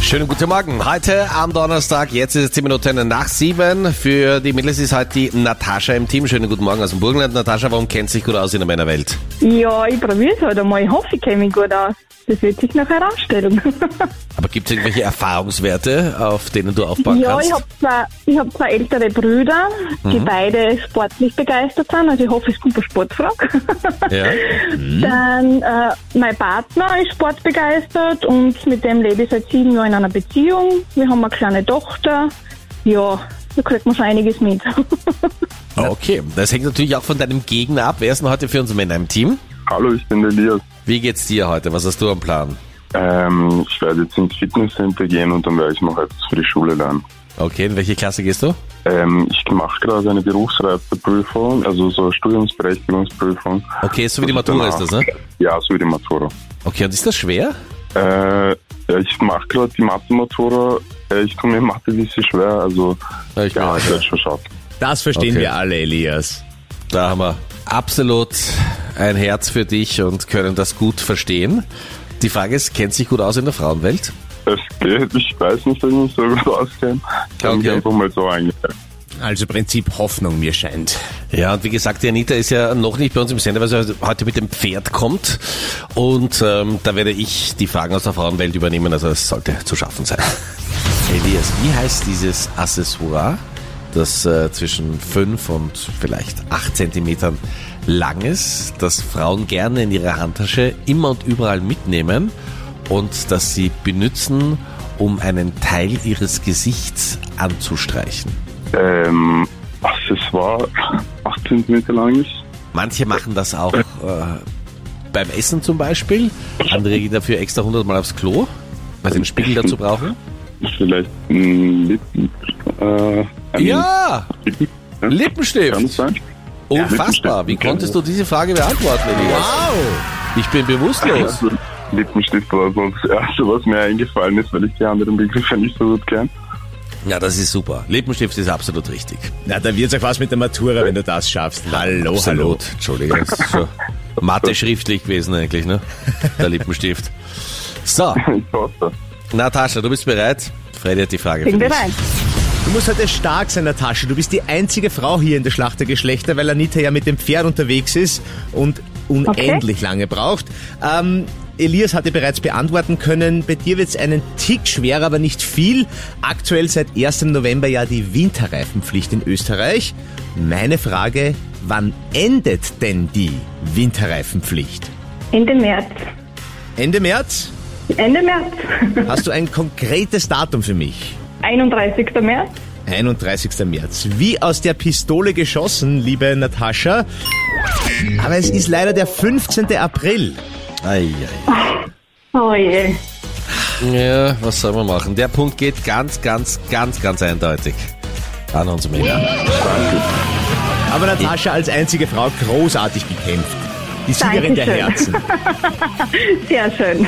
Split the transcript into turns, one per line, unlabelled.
Schönen guten Morgen. Heute am Donnerstag, jetzt ist es 10 Minuten nach 7. Für die Mädels ist heute die Natascha im Team. Schönen guten Morgen aus dem Burgenland. Natascha, warum kennt sich gut aus in der Männerwelt?
Ja, ich probiere es halt einmal. Ich hoffe, ich käme gut aus. Das wird sich nachher herausstellen.
Aber gibt es irgendwelche Erfahrungswerte, auf denen du aufbauen
ja,
kannst?
ich habe zwei, ich hab zwei ältere Brüder, die beide sportlich begeistert sind. Also ich hoffe, es kommt eine Sportfrage.
Ja.
Dann äh, mein Partner ist sportbegeistert und mit dem lebe ich seit sieben Jahren in einer Beziehung. Wir haben eine kleine Tochter. Ja, da kriegt man schon einiges mit.
Okay, das hängt natürlich auch von deinem Gegner ab. Wer ist denn heute für uns Männer im Team?
Hallo, ich bin der Elias.
Wie geht's dir heute? Was hast du am Plan?
Ähm, ich werde jetzt ins Fitnesscenter gehen und dann werde ich noch etwas für die Schule lernen.
Okay, in welche Klasse gehst du?
Ähm, ich mache gerade eine Berufsreifeprüfung, also so eine Studiumsberechtigungsprüfung. Also
Okay, so wie die Matura ist das, ne?
Ja, so wie die Matura.
Okay, und ist das schwer?
Äh, ja, ich mache gerade die Mathe-Matura. Äh, ich komme in Mathe ein bisschen schwer, also
Ja, ich
ja,
merke.
ich werde schon schaffen.
Das verstehen
Okay.
wir alle, Elias.
Da haben wir absolut ein Herz für dich und können das gut verstehen. Die Frage ist, kennt sich gut aus in der Frauenwelt?
Es geht, ich weiß nicht, dass ich mich so gut auskenne. Ich habe mich
Okay.
einfach mal so eingeteilt.
Also Prinzip Hoffnung, mir scheint.
Ja, und wie gesagt, die Anita ist ja noch nicht bei uns im Sender, weil sie heute mit dem Pferd kommt. Und ähm, da werde ich die Fragen aus der Frauenwelt übernehmen, also es sollte zu schaffen sein. Elias, wie heißt dieses Accessoire, das äh, zwischen 5 und vielleicht 8 Zentimetern lang ist, das Frauen gerne in ihrer Handtasche immer und überall mitnehmen und das sie benutzen, um einen Teil ihres Gesichts anzustreichen?
Ähm, was es war, 18 Meter lang ist.
Manche machen das auch äh, beim Essen zum Beispiel. Andere gehen dafür extra 100 Mal aufs Klo, weil sie einen Spiegel dazu brauchen.
Vielleicht ein Lip, äh, ein
Ja,
Lippen- Kann es
Lippenstift.
sein?
Unfassbar. Wie konntest du diese Frage beantworten, Elias?
Wow!
Ich bin bewusstlos.
Also, Lippenstift war so das Erste, was mir eingefallen ist, weil ich die anderen Begriffe nicht so gut kenne.
Ja, das ist super. Lippenstift ist absolut richtig.
Na, da wird's auch was mit der Matura, wenn du das schaffst. Hallo, Oh, hallo.
absolut. Entschuldige. das ist schon Mathe schriftlich gewesen eigentlich, ne? Der Lippenstift. So,
Ich hoffe.
Natascha, du bist bereit? Freddy hat die Frage für
Bin
dich.
bereit.
Du musst heute stark sein, Natascha. Du bist die einzige Frau hier in der Schlacht der Geschlechter, weil Anita ja mit dem Pferd unterwegs ist und unendlich lange braucht. Ähm, Elias hatte bereits beantworten können, bei dir wird's einen Tick schwerer, aber nicht viel. Aktuell seit 1. November ja die Winterreifenpflicht in Österreich. Meine Frage, wann endet denn die Winterreifenpflicht?
Ende März.
Ende März?
Ende März.
Hast du ein konkretes Datum für mich?
31. März.
31. März. Wie aus der Pistole geschossen, liebe Natascha. Aber es ist leider der 15. April.
Ei, ei.
Oh je.
Ja, was soll man machen? Der Punkt geht ganz, ganz, ganz, ganz eindeutig an uns Männer.
Aber Natascha als einzige Frau großartig gekämpft. Die Siegerin der
Dankeschön.
Herzen.
Sehr schön.